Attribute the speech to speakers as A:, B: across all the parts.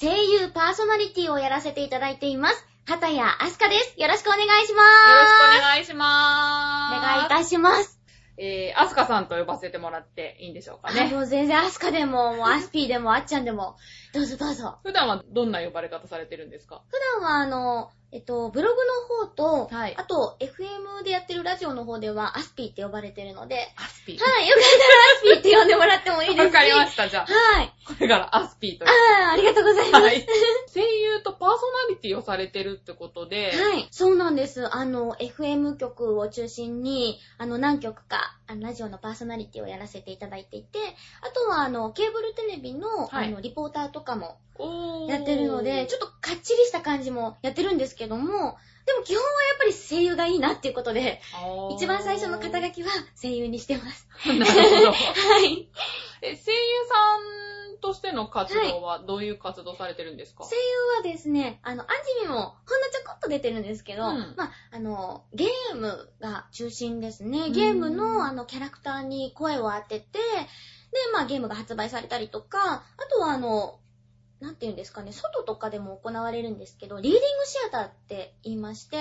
A: 声優パーソナリティをやらせていただいています。畑谷あすかです。よろしくお願いしま
B: よろし
A: す。
B: くお願いしまーす。
A: お願いいたします。
B: えー、アスカさんと呼ばせてもらっていいんでしょうか
A: あ、
B: ね。
A: もう全然あすかでも、もうあすぴーでもあっちゃんでも、どうぞどうぞ。
B: 普段はどんな呼ばれ方されてるんですか
A: 普段はあの、えっと、ブログの方と、
B: はい
A: あと FM でやってるラジオの方ではあすぴーって呼ばれてるので、は
B: アスピ
A: い、よかったらあすぴーって呼んでもらってもいいです
B: わかりま
A: し
B: した、じゃあ。
A: はい。
B: これからアスピーという。
A: あー、ありがとうございます。
B: はい。声優とパーソナリティをされてるってことで、
A: はい、そうなんです。あの、FM 局を中心に、あの、何局か、あの、ラジオのパーソナリティをやらせていただいていて、あとは、あの、ケーブルテレビの、
B: はい
A: あの、リポーターとかも
B: おー
A: やってるので、ちょっとかっちりした感じもやってるんですけども、でも基本はやっぱり声優がいいなっていうことで、
B: あー
A: 一番最初の肩書きは声優にしてます。
B: なるほど。
A: はい。
B: え、声優さんとしての活動はどういう活動されてるんですか、
A: 声優はですね、あの、アニメもほんのちょこっと出てるんですけど、
B: うん
A: まあ、あの、ゲームが中心ですね。ゲーム
B: うん
A: の、あの、キャラクターに声を当てて、で、まあ、ゲームが発売されたりとか、あとは、あの、なんて言うんですかね、外とかでも行われるんですけど、リーディングシアターって言いまして、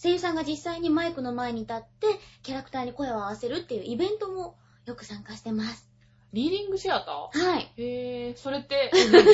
A: 声優さんが実際にマイクの前に立って、キャラクターに声を合わせるっていうイベントもよく参加してます。
B: リーディングシアター
A: はい。
B: へー、それ って、え何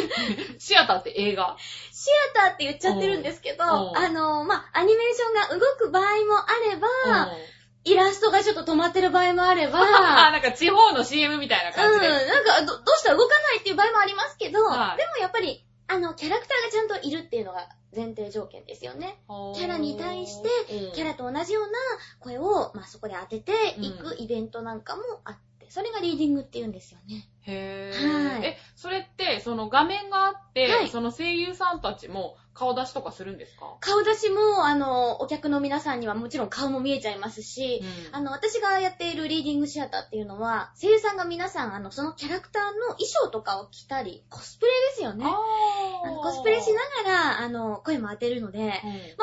B: シアターって映画
A: シアターって言っちゃってるんですけど、
B: うんうん
A: あの、まあ、アニメーションが動く場合もあれば、
B: うん
A: イラストがちょっと止まってる場合もあれば、う ん、
B: あ
A: な
B: なんか地方の CM みたいな感じで。
A: んかど、どうしたら動かないっていう場合もありますけど、
B: はい
A: でもやっぱり、あの、キャラクターがちゃんといるっていうのが前提条件ですよね。キャラに対して
B: うん、
A: キャラと同じような声を、まあ、そこで当てていくイベントなんかもあって、それがリーディングっていうんですよね。
B: へ
A: は
B: ー。
A: い
B: え、それって、その画面があって、
A: はい
B: その声優さんたちも顔出しとかするんですか、
A: 顔出しも、あの、お客の皆さんにはもちろん顔も見えちゃいますし、
B: うん
A: あの、私がやっているリーディングシアターっていうのは、声優さんが皆さん、あの、そのキャラクターの衣装とかを着たり、コスプレですよね。あ
B: あー
A: の、コスプレしながら、あの、声も当てるので、
B: うん
A: ま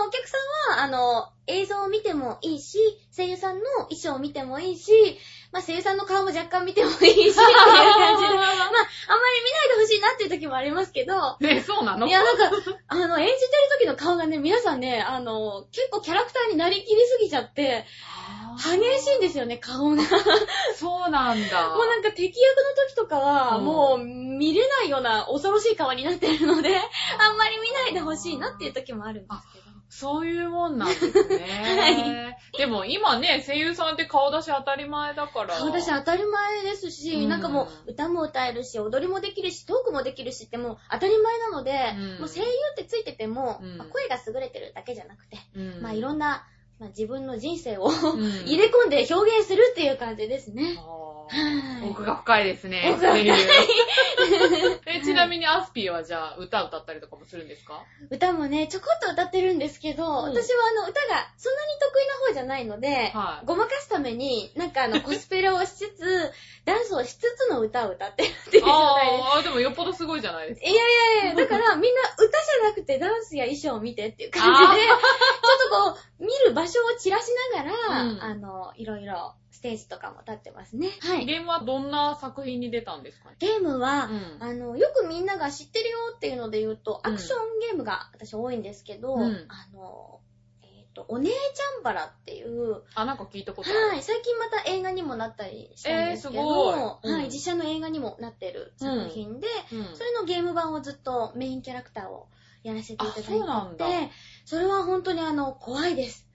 A: あ、お客さんは、あの、映像を見てもいいし、声優さんの衣装を見てもいいし、まあ、声優さんの顔も若干見てもいいし、っていう感じで、まあ、あんまり見ないでほしいなっていう時もありますけど、
B: ね、そうなの
A: いや、なんか、あの、演じてる時の顔がね、皆さんね、あの、結構キャラクターになりきりすぎちゃって、
B: あー
A: 激しいんですよね、顔が。
B: そうなんだ。
A: もうなんか敵役の時とかは、
B: うん
A: もう見れないような恐ろしい顔になってるので、 あんまり見ないでほしいなっていう時もあるんですけど。
B: そういうもんなんですね。でも今ね、声優さんって顔出し当たり前だから。
A: 顔出し当たり前ですし、
B: うん
A: なんかもう歌も歌えるし、踊りもできるし、トークもできるしってもう当たり前なので、
B: うん
A: もう声優ってついてても、
B: うん
A: まあ声が優れてるだけじゃなくて、
B: うん
A: まあいろんな、まあ、自分の人生 を
B: うん
A: 入れ込んで表現するっていう感じですね。
B: あー
A: はい
B: 奥が深いですね。
A: 奥が深い
B: 声優えちなみにアスピーはじゃあ歌歌ったりとかもするんですか
A: 歌もね、ちょこっと歌ってるんですけど、
B: ん
A: 私はあの歌がそんなに得意な方じゃないので、
B: はい
A: ごまかすために、なんかあのコスプレをしつつ、 ダンスをしつつの歌を歌ってるっていう状態です。
B: あー、でもよっぽどすごいじゃないですか。
A: いやいやいや、だからみんな歌じゃなくてダンスや衣装を見てっていう感じで、ちょっとこう、見る場所を散らしながら、
B: うん
A: あの、いろいろステージとかも立ってますね。はい。
B: ゲームはどんな作品に出たんですかね
A: ゲームは、
B: うん
A: あの、よくみんなが知ってるよっていうので言うと、
B: うん
A: アクションゲームが私多いんですけど、
B: うん
A: あの、えっ、と、お姉ちゃんバラっていう、
B: あ、なんか聞いたことある。
A: はい、最近また映画にもなったりしたんですけ
B: えー
A: ど、
B: すごいうん
A: はい、実写の映画にもなってる作品で、
B: うん
A: それのゲーム版をずっとメインキャラクターをやらせていただいてて
B: あそうなんだ
A: それは本当にあの、怖いです。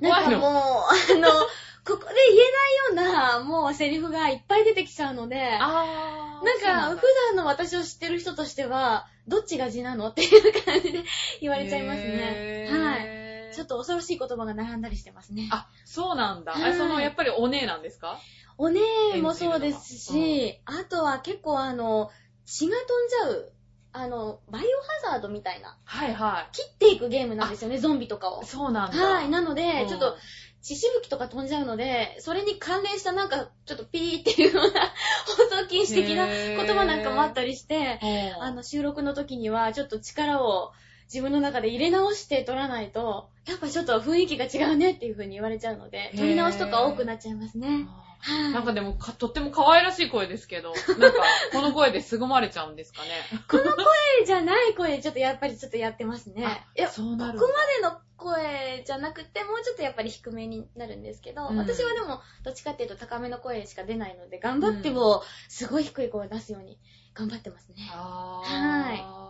B: 怖い
A: なんか
B: の
A: もう、あの、 ここで言えないような、もうセリフがいっぱい出てきちゃうので、な
B: あー
A: ん
B: そう
A: か、
B: だ
A: 普段の私を知ってる人としては、どっちが字なのっていう感じで言われちゃいますね
B: へ。ー
A: はい。ちょっと恐ろしい言葉が並んだりしてますね。
B: あ、そうなんだ。
A: は
B: あ
A: い
B: その、やっぱりお姉なんですか
A: お姉もそうですし、あとは結構あの、血が飛んじゃうあの、バイオハザードみたいな、
B: はいは
A: 切っていくゲームなんですよね、ゾンビとかを
B: い。。そうなんだ。
A: はい、
B: うん
A: なので、ちょっと、、血しぶきとか飛んじゃうので、それに関連したなんか、ちょっとピーっていうような、 放送禁止的な
B: へー
A: 言葉なんかもあったりして、
B: うん
A: あの、収録の時には、ちょっと力を自分の中で入れ直して撮らないと、やっぱちょっと雰囲気が違うねっていう風に言われちゃうので
B: へ、ー
A: 撮り直しとか多くなっちゃいますね。
B: あーなん
A: はい。
B: かでもか、とっても可愛らしい声ですけど、なんか、この声で凄まれちゃうんですか ね。
A: 声じゃない声、ちょっとやっぱりちょっとやってますね。いや、こ
B: そう
A: こ
B: な
A: ま
B: る
A: での声じゃなくて、もうちょっとやっぱり低めになるんですけど、
B: うん
A: 私はでも、どっちかっていうと高めの声しか出ないので、頑張っても、すごい低い声を出すように、頑張ってますね。
B: ああ。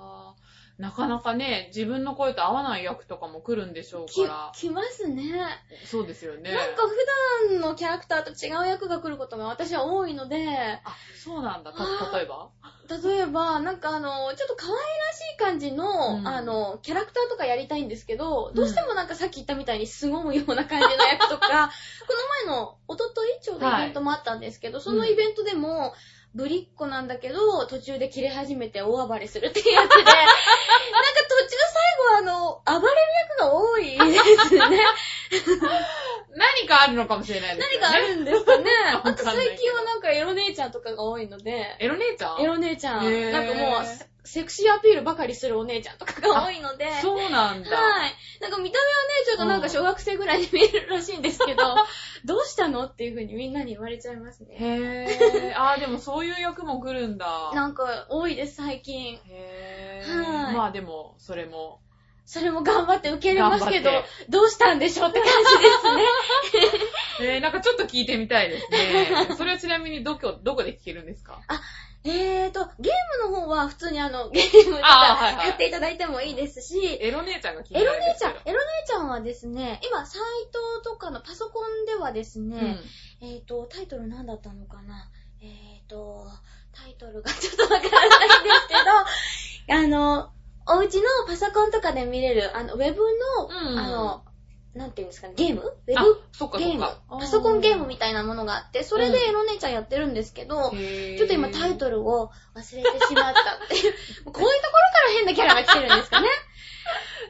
B: なかなかね、自分の声と合わない役とかも来るんでしょ
A: き
B: うから、、
A: きますね。
B: そうですよね。
A: なんか普段のキャラクターと違う役が来ることが私は多いので、例
B: あ、そうなんだ。た
A: あー
B: 例えば
A: えば、なんかあの、ちょっと可愛らしい感じ
B: う
A: の、
B: ん
A: あの、キャラクターとかやりたいんですけど、どうしてもなんかさっき言ったみたいに凄むような感じの役と か、この前の、おとといちょうどイベントもあったんですけど、そのイベントでも、ぶりっ子なんだけど、途中で切れ始めて大暴れするっていう やつで、なんか途中最後あの、暴れる役が多いですね。
B: 何かあるのかもしれないですよ
A: 何
B: ね。
A: かあるんですかね
B: わかん
A: あ
B: ないけ
A: と
B: ど
A: 最近はなんかエロ姉ちゃんとかが多いので、
B: エロ姉ちゃん
A: エロ姉ちゃん、
B: へー
A: なんかもうセセクシーアピールばかりするお姉ちゃんとかが多いので、はい。
B: そうなんだ。
A: なんか見た目はね、ちょっとなんか小学生ぐらいに見えるらしいんです けど、どうしたのっていう風にみんなに言われちゃいますね。
B: へー。あー、でもそういう役も来るんだ。
A: なんか多いです、最近。
B: へ
A: は
B: ー。
A: い
B: まあでも、それも。
A: それも頑張って受け入れますけど
B: 頑張っ、
A: どうしたんでしょうって感じ ですね。
B: えー、なんかちょっと聞いてみたいです ね。それはちなみにどこ、どこで聞けるんですか
A: えーと、ゲームの方は普通にあの、ゲームと
B: あーはい
A: か
B: はい
A: やっていただいてもいいですし、
B: エロ姉ちゃんが聞いて
A: エ
B: る
A: ロ
B: ん
A: 姉
B: です
A: ち
B: け
A: ゃん、
B: ど
A: エロ姉ちゃんはですね、今、サイトとかのパソコンではですね、えっ、と、タイトル何だったのかなえっ、と、タイトルがちょっとわからないんです けど、あの、お家のパソコンとかで見れる、あの、ウェブの、
B: うん。うん。
A: あの、なんていうんですかね、ゲームウェ
B: あ
A: ブ、
B: そっか
A: ゲ
B: そ
A: ー
B: っ
A: ム
B: か。
A: パソコンゲームみたいなものがあって、それでエロ姉ちゃんやってるんですけど、
B: ち
A: ちょっと今タイトルを忘れてしまったっていう、もう こういうところから変なキャラが来てるんですかね。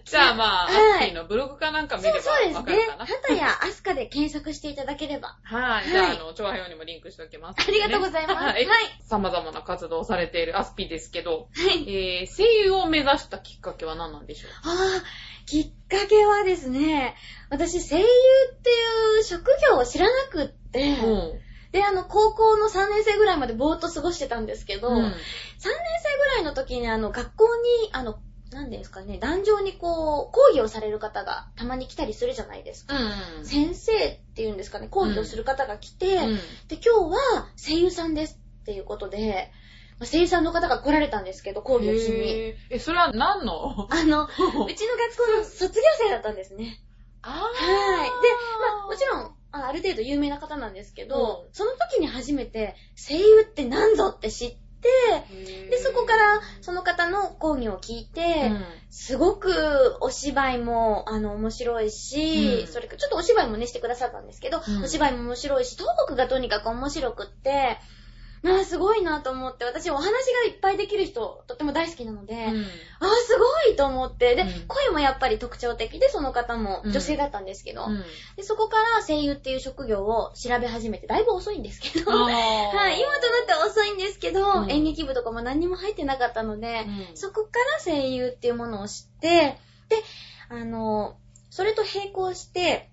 B: じゃあまあ、
A: は
B: ア
A: い
B: ッキーのブログかなんか見れば
A: そうそうです
B: わか
A: ね
B: るか。な。
A: はたやアスカで検索していただければ。
B: はい。じゃあ、
A: は
B: あ
A: い
B: の、調和表にもリンクしておきます、
A: ありがとうございます。は。
B: はいい。
A: は
B: 様々な活動をされているアスピですけど、
A: い。
B: えー、声優を目指したきっかけは何なんでしょう
A: あーきっかけはですね、私声優っていう職業を知らなくって、
B: うん
A: で、あの、高校の3年生ぐらいまでぼーっと過ごしてたんですけど、3
B: う
A: 年
B: ん
A: 生ぐらいの時にあの、学校に、あの、なんですかね、壇上にこう、講義をされる方がたまに来たりするじゃないですか。
B: うん。
A: 先生っていうんですかね、講義をする方が来て、
B: うん
A: で、今日は声優さんですっていうことで、まあ声優さんの方が来られたんですけど、講義をしに。
B: へーえ、それは何 の
A: あの、うちの学校の卒業生だったんですね。
B: あ
A: はい。で、まあ、もちろん、あある程度有名な方なんですけど、
B: う
A: その時に初めて声優って何ぞって知って、
B: ろ
A: で、そこから、その方の講義を聞いて、
B: うん
A: すごくお芝居も、あの、面白いし、
B: うん
A: それか、ちょっとお芝居もね、してくださったんですけど、
B: うん
A: お芝居も面白いし、トークがとにかく面白くって、まあ、すごいなと思って、私お話がいっぱいできる人、とっても大好きなので、あ
B: うん
A: あ、すごいと思って、で、
B: うん
A: 声もやっぱり特徴的で、その方も女性だったんですけど、
B: うん
A: でそこから声優っていう職業を調べ始めて、だいぶ遅いんですけど、はい、
B: あー
A: 今となっては遅いんですけど、
B: うん
A: 演劇部とかも何にも入ってなかったので、
B: うん
A: そこから声優っていうものを知って、で、あの、それと並行して、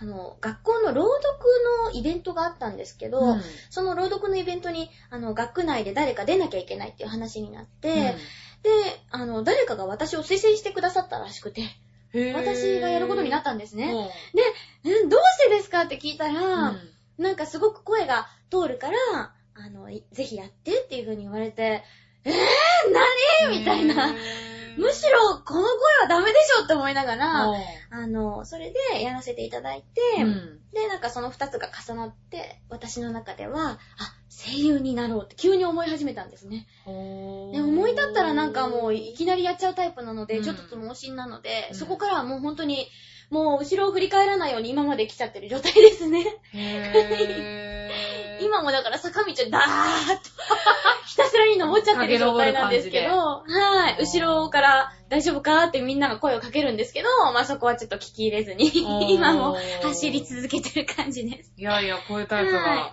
A: あの、学校の朗読のイベントがあったんですけど、
B: うん
A: その朗読のイベントに、あの、学区内で誰か出なきゃいけないっていう話になって、
B: うん
A: で、あの、誰かが私を推薦してくださったらしくて、
B: へー
A: 私がやることになったんですね。
B: う
A: うんどうしてですかって聞いたら、
B: ん
A: なんかすごく声が通るから、あの、いぜひやってっていう風に言われて、えぇ、ー、何みたいな。むしろ、この声はダメでしょって思いながら、あの、それでやらせていただいて、
B: うん
A: で、なんかその二つが重なって、私の中では、あ、声優になろうって急に思い始めたんですね。で、思い立ったらなんかもういきなりやっちゃうタイプなので、
B: うん
A: ちょっとつ盲信なので、
B: うん
A: そこからはもう本当に、もう後ろを振り返らないように今まで来ちゃってる状態ですね。
B: へー
A: 今もだから坂道をダーッとひたすらに登っちゃってる状態なんですけど、はい。後ろから大丈夫かってみんなが声をかけるんですけど、まあそこはちょっと聞き入れずに、今も走り続けてる感じです。
B: いやいや、こういうタイプ
A: は
B: が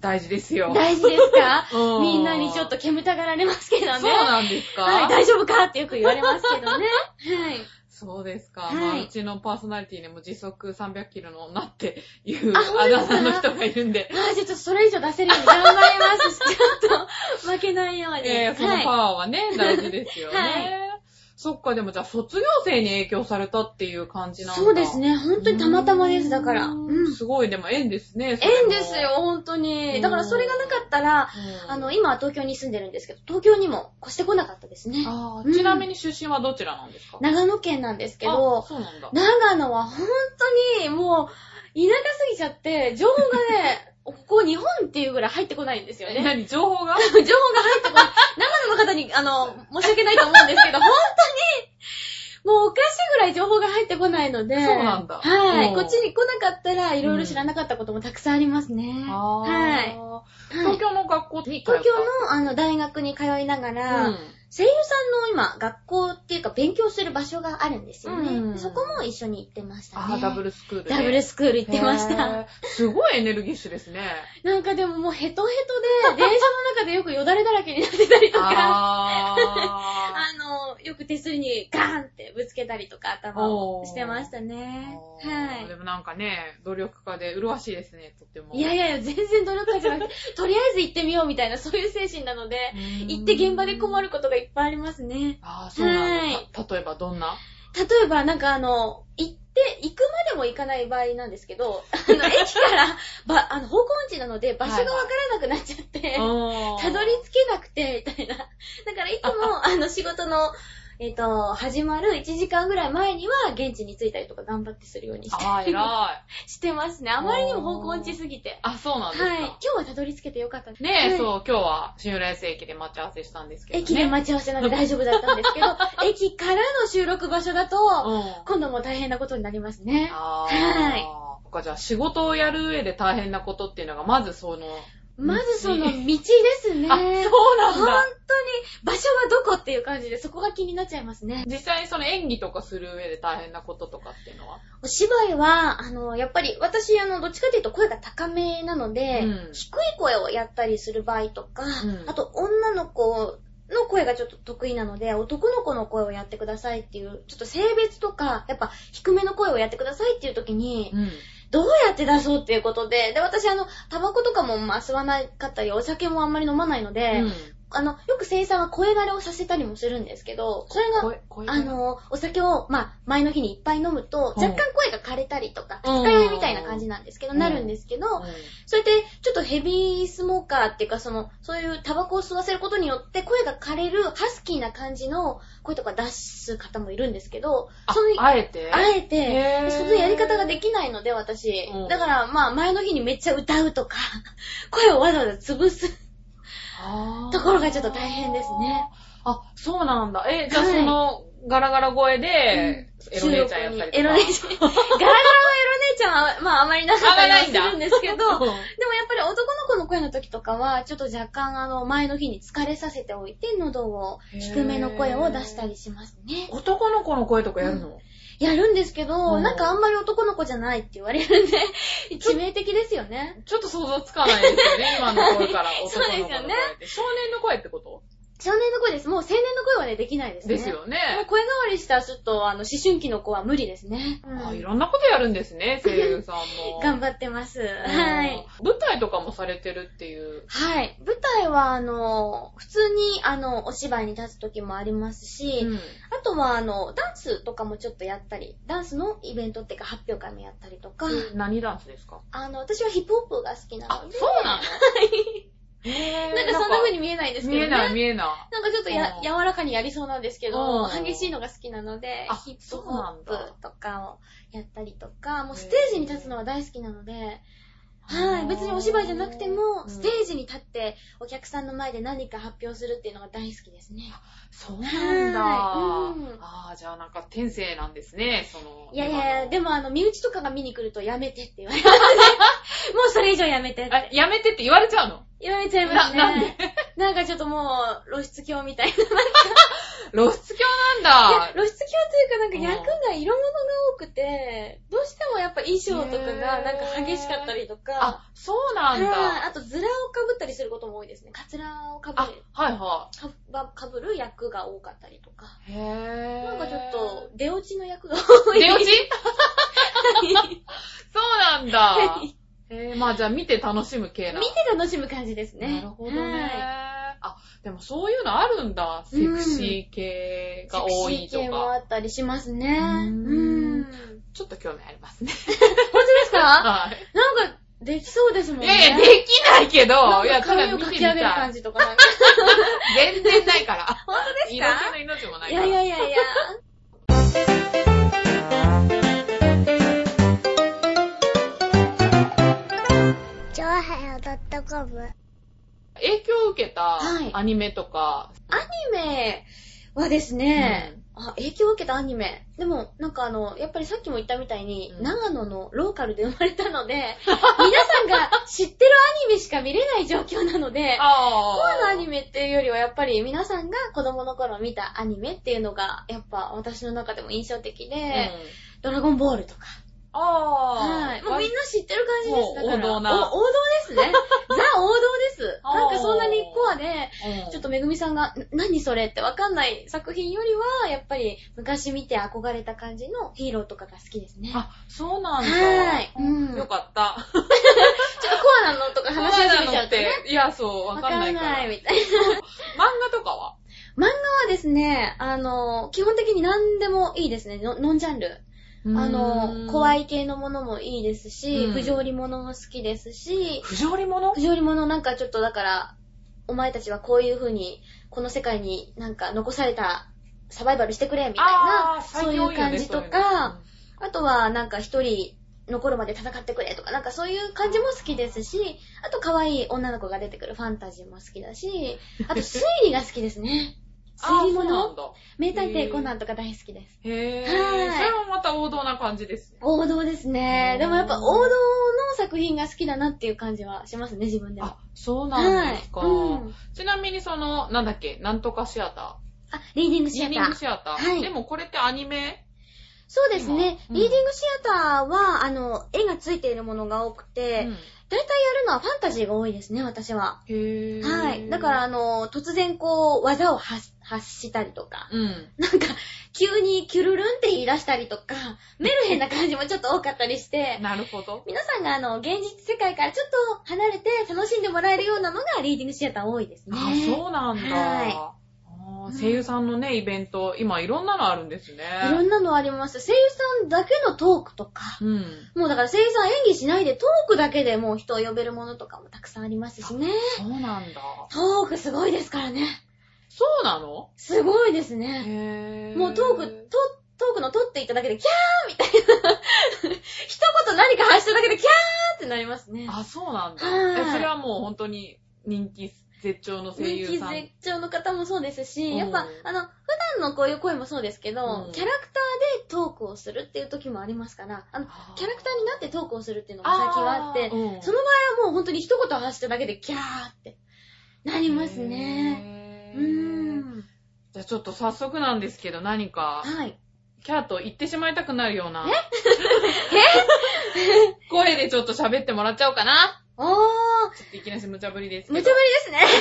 B: 大事ですよ。
A: 大事ですか
B: う
A: みんなにちょっと煙たがられますけどね。
B: そうなんですか、
A: はい、大丈夫かってよく言われますけどね。はい。
B: そうですか。
A: はい
B: まあ、うちのパーソナリティにも時速300キロの女っていう
A: あ
B: あ
A: 本当です
B: だ
A: か
B: 名の人がいるんで、
A: まあ、じゃあちょっとそれ以上出せるように頑張ります。ちょっと、負けないように。
B: えーそのパ
A: はい。
B: ワーはね、大事ですよね。
A: はい
B: そっか、でもじゃあ卒業生に影響されたっていう感じなんだ
A: そうです。ね。本当にたまたまで
B: うー
A: す、
B: ん
A: だから。うん。
B: すごい、でも縁ですね。それも
A: 縁ですよ、。本当
B: う
A: に。
B: ん
A: だからそれがなかったら、
B: うん
A: あの、今は東京に住んでるんですけど、東京にも越してこなかったですね。
B: あ
A: うん
B: ーちなみに出身はどちらなんですか
A: 長野県なんですけど
B: あ、そうなんだ。
A: 長野は本当にもう、田舎すぎちゃって、情報がね、 ここ日本っていうぐらい入ってこないんですよ
B: え、
A: ね。
B: 何情報が
A: 情報が入ってこない。長野の方に、あの、申し訳ないと思うんで すけど、本当に、もうおかしいぐらい情報が入ってこないので。
B: そうなんだ
A: は
B: う
A: い。
B: ん
A: こっちに来なかったら、いろいろ知らなかったこともたくさんありますね。
B: あー
A: はい。はい
B: 東京の学校に通った
A: 東京のあの大学に通いながら、
B: うん
A: 声優さんの今、学校っていうか勉強する場所があるんですよね。
B: うん
A: そこも一緒に行ってましたね。
B: あー、ダブルスクールで。
A: ダブルスクール行ってまし
B: へ
A: た。
B: ー。すごいエネルギッシュですね。
A: なんかでももうヘトヘトで、電車の中でよくよだれだらけになってたりとか、あ
B: あ
A: の、よく手すりにガーンってぶつけたりとか頭をしてました
B: ー
A: ね。
B: で
A: は
B: もなんかね、努力家で麗しいですね、とっても。
A: い。いやいやいや、全然努力家じゃなくて、 とりあえず行ってみようみたいな、そういう精神なので、
B: うーん
A: 行って現場で困。ることがいっぱいありますね。
B: あーそうなんだ
A: はい
B: た。例えばどんな
A: 例えば、なんかあの、行って、行くまでも行かない場合なんですけど、あの、駅から、ば、あの、方向音痴なので、場所がわからなくなっちゃって、た
B: た
A: どり着けなくて、みたいな。だ から、いつも、あの、仕事の、えっ、と、始まる1時間ぐらい前には、現地に着いたりとか頑張ってするようにして、
B: あー、偉い。
A: してますね。あまりにも方向音痴すぎて。
B: あ、そうなん
A: は
B: で
A: い。
B: すか。
A: 今日はたどり着けてよかったです
B: ね
A: は
B: え、
A: い
B: そう、今日は新浦安駅で待ち合わせしたんですけどね。
A: 駅で待ち合わせなんで大丈夫だったんですけど、 駅からの収録場所だと、
B: うん。
A: 今度も大変なことになりますね。
B: あ
A: はい
B: ー。そっかじゃあ仕事をやる上で大変なことっていうのが、まずその、
A: まずその道ですね。
B: あ、そうなん
A: 本
B: だ。
A: 当に場所はどこっていう感じでそこが気になっちゃいますね。
B: 実際にその演技とかする上で大変なこととかっていうのは
A: お芝居は、あの、やっぱり私、あの、どっちかというと声が高めなので、
B: うん
A: 低い声をやったりする場合とか、
B: うん
A: あと女の子の声がちょっと得意なので、男の子の声をやってくださいっていう、ちょっと性別とか、やっぱ低めの声をやってくださいっていう時に、
B: うん。
A: どうやって出そうっていうことで、で、私あの、タバコとかもまあ吸わなかったり、お酒もあんまり飲まないので、あの、よく声優さんは声慣れをさせたりもするんですけど、それが、
B: 声、声が
A: あ、の、お酒を、まあ、前の日にいっぱい飲むと、
B: うん
A: 若干声が枯れたりとか、
B: うん
A: 二日酔いみたいな感じなんですけど、
B: うん
A: なるんですけど、それで、ちょっとヘビースモーカーっていうか、その、そういうタバコを吸わせることによって、声が枯れる、ハスキーな感じの声とか出す方もいるんですけど、その、
B: ああえて
A: あえ
B: へ
A: て、
B: ー
A: そのやり方ができないので、私
B: うん。
A: だから、まあ、前の日にめっちゃ歌うとか、 声をわざわざ潰す
B: あー
A: ところがちょっと大変ですね。
B: あ、そうなんだ。え、じゃあ
A: はい
B: その、ガラガラ声で、エロ姉ちゃんやったりとか。
A: エロ姉ちゃん。ガラガラはエロ姉ちゃんは、まああまりなかったりはするんですけど、でもやっぱり男の子の声の時とかは、ちょっと若干あの、前の日に疲れさせておいて、喉を低めの声を出したりしますね。
B: 男の子の声とかやるの
A: やるんですけど、
B: うん
A: なんかあんまり男の子じゃないって言われ るんで、致命的ですよね。
B: ちょっと想像つかないですよね、 今の声から。
A: そうですよね
B: 男の子の声って少年の声ってこと
A: 少年の声です。もう青年の声はね、できないですね。
B: です。よね。
A: もう声変わりした、ちょっとあの、思春期の子は無理ですね。
B: あ
A: うん
B: いろんなことやるんですね、声優さんも。
A: 頑
B: 張
A: 張ってます。はい。。
B: 舞台とかもされてるっていう。
A: はい。舞台は、あの、普通に、あの、お芝居に立つ時もありますし、
B: うん
A: あとは、あの、ダンスとかもちょっとやったり、ダンスのイベントっていうか発表会もやったりとか、
B: 何ダンスですか
A: あの、私はヒップホップが好きな
B: あ
A: の、で、
B: そうなのへー
A: なんかそんな風に見えないんですけ
B: 見
A: ど、
B: え
A: ね、
B: ない見えな
A: なんかちょっとや
B: うん
A: 柔らかにやりそうなんですけ
B: う
A: ど、
B: ん
A: 激しいのが好きなので
B: あ、
A: ヒップホップ
B: そうなんだ
A: とかをやったりとか、もう
B: へー
A: ステージに立つのは大好きなので、
B: い。
A: はい。別にお芝居じゃなくて
B: う
A: も、
B: ん
A: ステージに立って、お客さんの前で何か発表するっていうのが大好きですね。
B: そうなんだ。
A: はいうん
B: ああ、じゃあなんか天性なんですね、その。
A: いやいやいや、で
B: も。
A: もあの、身内とかが見に来るとやめてって言わ れますね。もうそれ以上やめてっ
B: あ
A: て。
B: やめてって言われちゃうの
A: 言われちゃいますね。
B: ななんで
A: なんかちょっともう、露出鏡みたいな。
B: 露出鏡なんだ。
A: 露出鏡というかなんか役が色物が多くて、どうしてもやっぱ衣装とかがなんか激しかったりとか、
B: あ、そうなん
A: はい
B: だ。
A: あとズラをかぶったりすることも多いですね。カツラをかぶ
B: あ
A: る、
B: はいは
A: かばかぶる役が多かったりとか。
B: い。へぇー。
A: なんかちょっと、、出落ちの役が 多い。
B: 出落ち
A: はい
B: そうなんだ
A: は。い
B: へぇー、まあじゃあ見て楽しむ系な。
A: 見て楽しむ感じですね。
B: なるほどね。
A: はい
B: あ、でもそういうのあるんだ。セクシー系が多い
A: セクシー
B: と
A: 系も
B: か。
A: あったりします
B: ー
A: ね。うー
B: ん
A: ん。本
B: ちょっと興味ありますね。
A: 当ですか
B: はい。
A: なんか、できそうですもん
B: い
A: ね。
B: やいや、できないけど、い
A: な
B: や、
A: んか
B: ただ
A: 髪を
B: 見て
A: か
B: み
A: き上げる
B: た
A: 感
B: い。
A: じとかなんか。
B: 全然ないから。本当
A: ですか
B: 命の命もない
A: い
B: か
A: や
B: ら。
A: いやいやいや。
C: ちょわはよ .com
B: 影響を受けた
A: はい
B: アニメとか、
A: アニメはですね、あ、影響を受けたアニメ。でも、なんかあの、やっぱりさっきも言ったみたいに、
B: うん
A: 長野のローカルで生まれたので、皆さんが知ってるアニメしか見れない状況なので、
B: あ
A: コアのアニ
B: メ
A: メっていうよりはやっぱり皆さんが子供の頃見たアニメっていうのが、やっぱ私の中でも印象的で、ドラゴンボールとか。
B: あ
A: はい。
B: ー
A: もうみんな知ってる感じです。だから
B: もう王道な
A: お王道です ね。ザ王道です。
B: あー
A: なんかそんなにコアで、
B: うん
A: ちょっとめぐみさんが、ん何それってわかんない作品よりは、やっぱり昔見て憧れた感じのヒーローとかが好きですね。
B: あ、そうなんだ。
A: はいうん
B: よかった。
A: ちょっとコアなのとか話し
B: そう
A: 始
B: な
A: めちゃ
B: の
A: う
B: っ
A: とね。
B: て、いや、そう、わ
A: わ
B: か
A: か
B: んない
A: ん
B: か
A: な
B: ら。
A: い
B: 漫
A: みたいな。
B: 画とかは
A: 漫画はですね、あの、基本的に何でもいいですね。のノンジャンル。あの、怖
B: い。
A: い系のものもいいですし、
B: うん
A: 不条理ものも好きですし、
B: 不条理者
A: 不条理ものなんかちょっとだから、お前たちはこういう風に、この世界になんか残された、サバイバルしてくれ、みたい
B: あー
A: な、そ
B: 最近多
A: ういう
B: いよ
A: 感
B: ね
A: じと
B: そういうの
A: か、あとはなんか一人残るまで戦ってくれとか、なんかそういう感じも好きですし、あと可愛い女の子が出てくるファンタジーも好きだし、あと推理が好きです ね。
B: あ
A: 推
B: ー
A: 理
B: そうなん
A: 物
B: だ。
A: 名探偵コナンとか大好きです。
B: へぇー。
A: はい
B: それもまた王道な感じですね。
A: 王道ですね。でもやっぱ王道の作品が好きだなっていう感じはしますね、自分では。
B: あ、そうなんですか。
A: はいうん
B: ちなみにその、なんだっけ、なんとかシアタ
A: あ、リーディング
B: ー。
A: シアタ
B: リーディング
A: ー。
B: シアター。
A: はい
B: でもこれってアニメ
A: そうですね。
B: 今うん
A: リーディングシアターは、あの、絵がついているものが多くて、
B: うん
A: 大体やるのはファンタジーが多いですね、私は。
B: へぇー。
A: はい。だから、あ、の、突然こう、技を発発したりとか、
B: うん。
A: なんか、急にキュルルンって言い出したりとか、メルヘンな感じもちょっと多かったりして、
B: なるほど。
A: 皆さんがあの、現実世界からちょっと離れて楽しんでもらえるようなのがリーディングシアター多いですね。
B: あ、そうなんだ。
A: はい
B: あー声優さんのね、イベント、今いろんなのあるんですね。
A: いろんなのあります。声優さんだけのトークとか、
B: うん。
A: もうだから声優さん演技しないでトークだけでもう人を呼べるものとかもたくさんありますしね。
B: そうなんだ。
A: トークすごいですからね。
B: そうなの
A: すごいですね。
B: へー。
A: もうトーク、とトークの撮っていっただけでキャーみたいな。 一言何か発しただけでキャーってなりますね。
B: あ、そうなんだ。
A: はい
B: えそれはもう本当に人気絶頂の声
A: 人
B: 優
A: 気
B: さん。
A: 絶頂の方もそうです
B: うん
A: し、やっぱ、あの、普段のこういう声もそうですけど、
B: うん
A: キャラクターでトークをするっていう時もありますから、あの、キャラクターになってトークをするっていうのが最近はあって、
B: うん
A: その場合はもう本当に一言発しただけでキャーってなりますね。う
B: へ
A: ー
B: ー
A: ん。
B: じゃあちょっと早速なんですけど、何か、
A: はい。
B: キャーと言ってしまいたくなるような。 声でちょっと喋ってもらっちゃおうかな。
A: おー、
B: ちょっといきなり無茶ぶりですけど。
A: 無茶ぶりですね。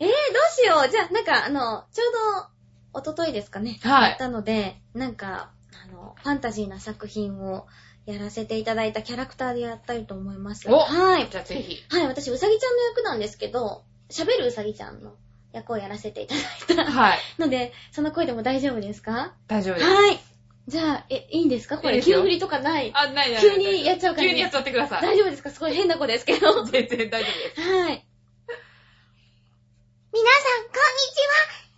A: えー、どうしよう。じゃあ、なんかあの、ちょうど、おとといですかね。
B: は
A: やっ
B: い。
A: たので、なんか、あの、ファンタジーな作品をやらせていただいたキャラクターでやったいと思います。
B: お
A: はい。
B: じゃあぜひ。
A: はい、私、うさぎちゃんの役なんですけど、喋るうさぎちゃんの役をやらせていただい た
B: はい。
A: ので、その声でも大丈夫ですか
B: 大丈夫です。
A: はい。じゃあ、え、いいんですかこ
B: いい
A: れ、
B: ですよ
A: 急振りとかない。
B: あ、ないない。
A: 急にやっちゃうからね
B: 急にやっちゃってください。
A: 大丈夫ですかすごい変な 子ですけど。はい。
B: 全然大丈夫です。
C: 皆さん、こんにちは。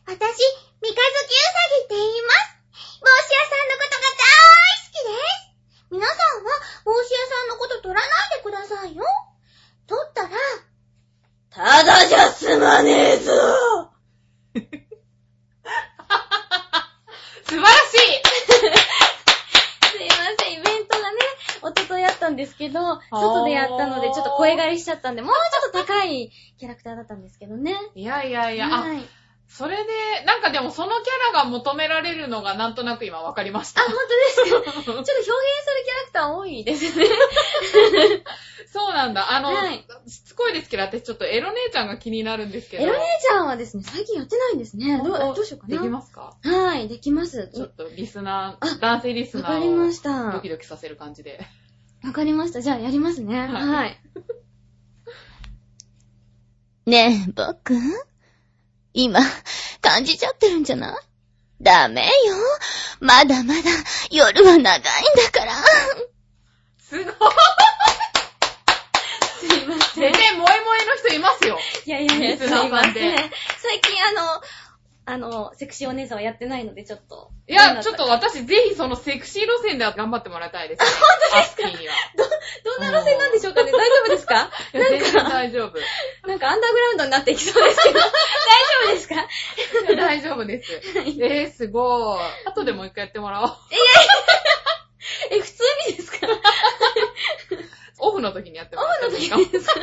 C: 私、三日月うさぎって言います。帽子屋さんのことが大好きです。皆さんは、帽子屋さんのこと取らないでくださいよ。取ったら、
A: ただじゃ済まねえぞ
B: 素晴らしい
A: すいません、イベントがね、おとといあったんでですけど、外でやったのでちょっと声変えしちゃったんで、もうちょっと高いキャラクターだったんですけどね。
B: いやいやいや、あ、
A: はい。
B: それで、なんかでもそのキャラが求められるのがなんとなく今わかりまし
A: あ、
B: た。
A: 本当ですかちょっと表現するキャラクター多いですね。
B: そうなんだ。あの、
A: はい
B: しつこいですけど、私ちょっとエロ姉ちゃんが気になるんですけ
A: エ
B: ど。
A: ロ姉ちゃんはですね、最近やってないんですね。どう
B: 本当
A: どうしようかな。
B: できますか
A: す。はい、できます。
B: ちょっとリスナ
A: あ
B: ー、男性リス
A: わ
B: ナ
A: かりま
B: ー
A: し
B: を
A: た。
B: ド
A: わ
B: キドキさせる感じで。
A: かりました。じゃあやりますね。
B: い
A: はい。
C: ねえ、僕今、感じちゃってるんじゃないダメよ。まだまだ夜は長いんだから。
B: すごい
A: すいませ
B: 全然萌え萌
A: ん。
B: えの人います よ。
A: いやいやいや、
B: リ
A: すい
B: スナー
A: ま
B: さ
A: せん
B: んで。
A: 最近あの、あの、セクシーお姉さんはやってないので、ちょっと。
B: い
A: どうな
B: や、
A: た
B: ちょっと。私ぜひそのセクシー路線では頑張ってもらいたいです、ね。あ、本当ですかには。
A: どんな路線なんでしょうかね大丈夫ですか
B: いや全然大丈夫。
A: なんかアンダーグラウンドになっていきそうですけど、大丈夫ですか
B: いや 大丈夫です。えー、すごい。後でもう一回やってもらおう。
A: え、普通にですか
B: オフの時にやってもら
A: オ
B: っ
A: フ
B: て
A: の
B: もいいかも
A: 時にですか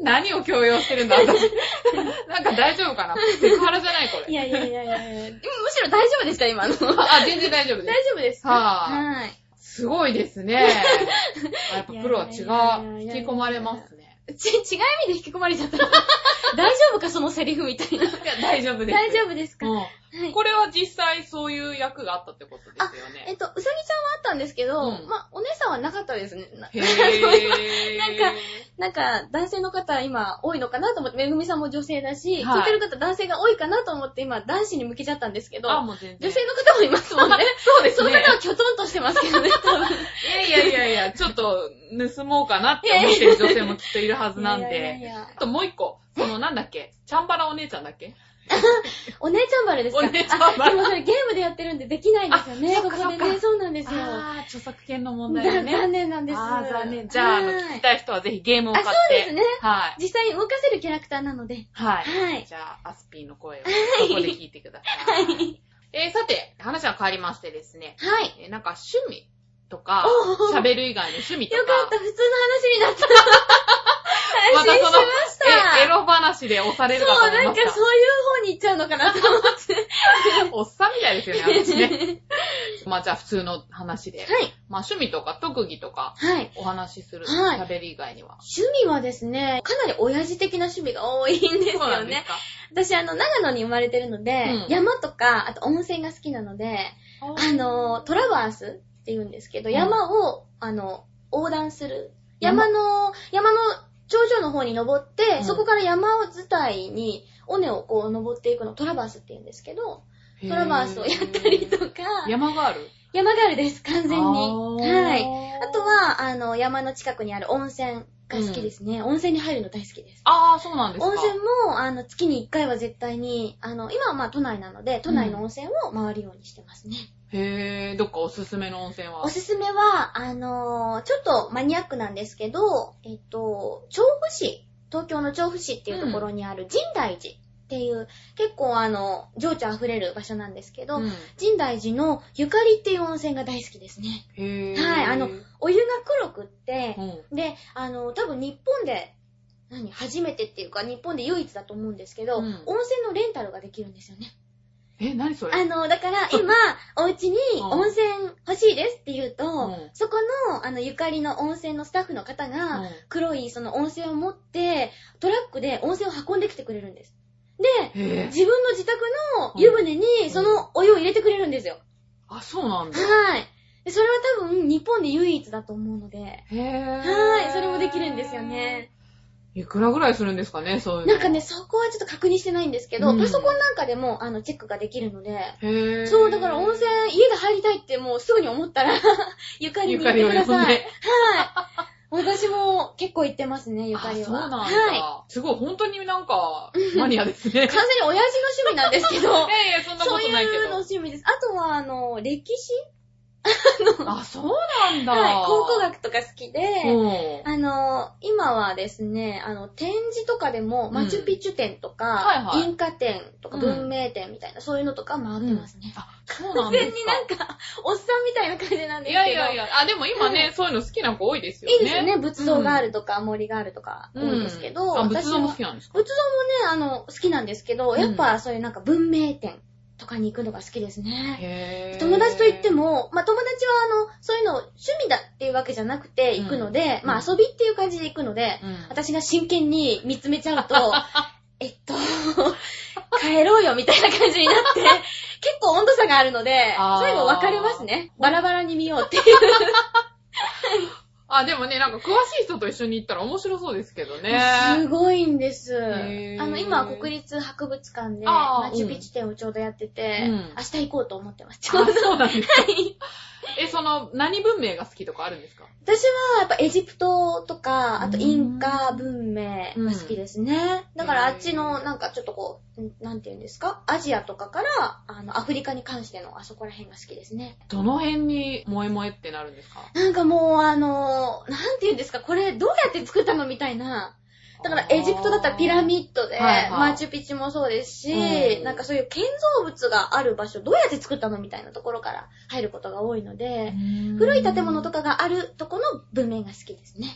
B: 何を強要してるん だ、私。なんか大丈夫かなセクハラじゃないこ
A: い
B: れ。
A: やいやいやいやいやむしろ大丈夫でした、今の。大丈
B: あ、全然大丈夫です。
A: 夫ですか
B: はあ、
A: い。
B: すごいです ね。あやっぱプロは血が引き込まれますね。
A: ち、 違う意味で引き込まれちゃ った。大丈夫か、そのセリフみたいな。
B: いや、大丈夫です。
A: 大丈夫ですか、は
B: うん。
A: い。
B: これは実際そういう役があったってことですよ
A: え
B: ね。
A: っと、うさぎちゃんはあったんですけど、
B: うん
A: まあ、お姉さんはなかったですね。な
B: へぇー。
A: なんかなんか、男性の方今多いのかなと思って、めぐみさんも女性だし、
B: はい
A: 聞いてる方男性が多いかなと思って今男子に向けちゃったんですけど、
B: あ、
A: 女
B: もう全然。
A: 性の方もいますもんね。
B: そうです
A: その
B: ね。
A: 方はキョトンとしてますけどね、多分。
B: いやいやいやいや、ちょっと盗もうかなって思ってる女性もきっといるはずなん
A: いやいやい
B: で。
A: や
B: あともう一個、そのなんだっけ、チャンバラお姉ちゃんだっけ
A: お姉ちゃんバレですか
B: お姉ちゃんバレ
A: あでもそれゲームでやってるんでできないんですよね、
B: あそ
A: こ
B: っか
A: こ
B: そ
A: で
B: っ
A: ね。
B: か
A: そうなんですよ。
B: あー、著作権の問題
A: だ
B: だね。
A: 残念なんです。
B: あー、残念。じゃあ、あの、
A: はい
B: 聞きたい人はぜひゲームを買
A: あ、
B: って。
A: そうですね。
B: はい。
A: 実際動かせるキャラクターなので。
B: はい。
A: はい
B: じゃあ、アスピーの声をここで聞いてください。えー、さて、話は変わりましてですね、
A: はい。
B: えーなんか趣味とか
A: お、ー
B: 喋る以外の趣味とか
A: よ、かった、普通の話になった。
B: また
A: 安心し
B: その
A: ました。
B: えエロ話で押されるかと
A: そう、
B: 思い
A: な
B: ま
A: んか
B: した
A: そう。いう方に行っちゃうのかなと思って。
B: おっさんみたいですよね、私ね。まあじゃあ普通の話 で。
A: はい。
B: まあ趣味とか特技とか
A: はい。
B: お話しする。
A: はい
B: 喋り以外には。
A: 趣味はですね、かなり親父的な趣味が多いんです
B: そうな
A: よ
B: んです
A: ね。
B: か
A: 私、あの、長野に生まれてるので、
B: うん
A: 山とか、あと温泉が好きなので、あの、トラバースって言うんですけど、
B: うん
A: 山を、あの、横断する。
B: 山
A: 山の、山の頂上の方に登って、
B: うん
A: そこから山を伝いに、尾根をこう登っていくの、トラバースって言うんですけど、
B: へ
A: トラバースをやったりとか、
B: 山がある
A: 山ガールです、完全に。はい。
B: い
A: あと、は、あの、山の近くにある温泉が好きですね。温泉に入るの大好きです。
B: あー、そうなんですか。
A: 温泉も、あの、月に1回は絶対に、あの、今はまあ都内なので、都内の温泉を回るようにしてますね。
B: へー、どっかおすすめの温泉は
A: おすすめは、あのーちょっとマニアックなんですけど、えっと、調布市、東京の調布市っていうところにある神大寺っていう、結構あの、情緒あふれる場所なんですけ
B: う
A: ど、
B: ん
A: 神大寺のゆかりっていう温泉が大好きですね。
B: へー。
A: はいあの
B: うん。
A: お湯が黒くって、で、あの、多分日本で、何初めてっていうか、日本で唯一だと思うんですけど、
B: うん
A: 温泉のレンタルができるんですよね。
B: え、何それ
A: あの、だから今、 お家に
B: うん
A: 温泉欲しいですって言うと、
B: うん
A: そこの、あの、ゆかりの温泉のスタッフの方が、
B: うん
A: 黒いその温泉を持って、トラックで温泉を運んできてくれるんです。で、
B: へー。
A: 自分の自宅の湯船
B: う
A: に
B: ん
A: そのお湯を入れてくれるんですよ。
B: あ、そうなんだ。
A: はい。でそれは多分日本で唯一だと思うので、
B: へー。
A: はい、それもできるんですよね。。
B: いくらぐらいするんですかね、そういうの。
A: なんかね、、そこはちょっと確認してないんですけど、
B: うん
A: パソコンなんかでも、あの、チェックができるので、
B: へー。
A: そう、だから温泉、家で入りたいってもうすぐに思ったら、 ゆかり
B: ゆ
A: に
B: か
A: 行っ
B: り
A: て
B: を
A: くだ
B: 呼ん
A: さい。
B: で。
A: 私も結構行ってますね、ゆかりは。
B: あそうなんだ、
A: はい。
B: すごい、本当になんか、マニアですね。いやい
A: 完全に
B: 、
A: 親父の趣味なんですけど
B: や、そんなこ
A: そう
B: とないけ
A: いうの
B: ど。
A: 趣味です。あとは、あの、歴史
B: あ、そうなんだ。
A: はい、考古学とか好きで、
B: うん。
A: あの、今はですね、あの、展示とかでも、
B: うん
A: マチュピチュ展とか、
B: はいはい
A: インカ展とか
B: うん
A: 文明展みたいな、そういうのとか回ってますね。
B: あ、そうなん
A: 完
B: で
A: 全
B: す
A: に
B: か。
A: なんか、おっさんみたいな感じなんですけ
B: いや
A: ど。
B: いやいや、あ、でも今ね、そういうの好きな子多いですよね。
A: いいですよね。仏像があるとか、森があるとか、多いですけど、
B: うんあ、仏像も好
A: は
B: きなんですか
A: 仏像もね、あの、好きなんですけど、
B: うん
A: やっぱそういうなんか文明展とかに行くのが好きですね。
B: へー
A: 友達と行って、も、まあ、友達はあの、そういうの趣味だっていうわけじゃなくて行くので、
B: うん
A: まあ、遊びっていう感じで行くので、
B: うん
A: 私が真剣に見つめちゃ うと、えっと、帰ろうよみたいな感じに なって、結構温度差があるので、
B: あー
A: そういうの分かれますね。バラバラに見ようっていう。
B: あ、でもね、なんか詳しい人と一緒に行ったら面白そうですけどね。
A: すごいんです。
B: へー
A: あの、今は国立博物館で、
B: あー
A: マチュピチュ展をちょうどやってて、
B: うん
A: 明日行こうと思ってます。ちょ
B: あ
A: うど。
B: そうなん ですか。え、その、何文明が好きとかあるんですか
A: 私はやっぱエジプトとか、あと
B: うん
A: インカ文明が好きですね。だからあっちのなんかちょっとこう、なんていうんですかアジアとかから、あの、アフリカに関してのあそこら辺が好きですね。
B: どの辺に萌え萌えってなるんですか
A: なんかもうあの、なんていうんですかこれどうやって作ったのみたいな。だからエジプトだったらピラミッドで、
B: はいはい
A: マチュピチュもそうですし、
B: うん
A: なんかそういう建造物がある場所、どうやって作ったのみたいなところから入ることが多いの
B: あ
A: で、
B: ー
A: 古い建物と。かがあるとこの文明が好きですね。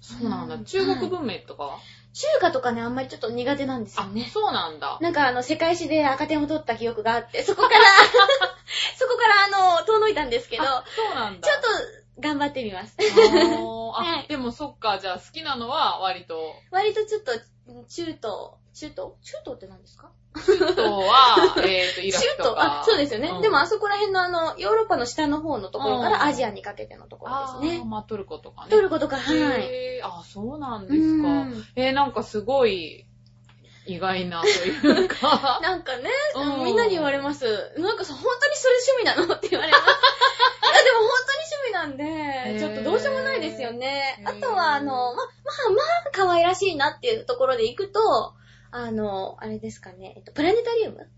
B: そうなんだ。
A: うん
B: 中国文明とかは、
A: 中華とかね、あんまりちょっと苦手なんですよ
B: あ、
A: ね。
B: そうなんだ。
A: なんかあの、世界史で赤点を取った記憶があって、そこから、そこからあの、遠のいたんですけど、ちょ
B: あそうなんだ。
A: っと頑張ってみます。
B: と。 あ、
A: はい
B: でもそっか、じゃあ好きなのは割と、
A: 割とちょっと、中東、中東中東って何ですか
B: あとは、 えっと、イラ
A: 中
B: クと
A: 東
B: か。
A: あ、そうですよね。
B: うん
A: でもあそこら辺のあの、ヨーロッパの下の方のところか
B: うん
A: らアジアにかけてのところです
B: あー
A: ね。
B: まあトルコとかね。
A: トルコとか、はい。
B: へーあ、そうなんで
A: う
B: す
A: ん
B: か。えーなんかすごい意外なというか。
A: なんかね、
B: うん
A: みんなに言われます。なんかさ、本当にそれ趣味なのって言わ れます。いや、でも本当に趣味なん
B: へー
A: で、ちょっとどうしようもないですよね
B: へ。ー
A: あとは、あの、ま、まあまあ、可愛らしいなっていうところで行くと、あの、あれですかね、えっと、プラネタリウム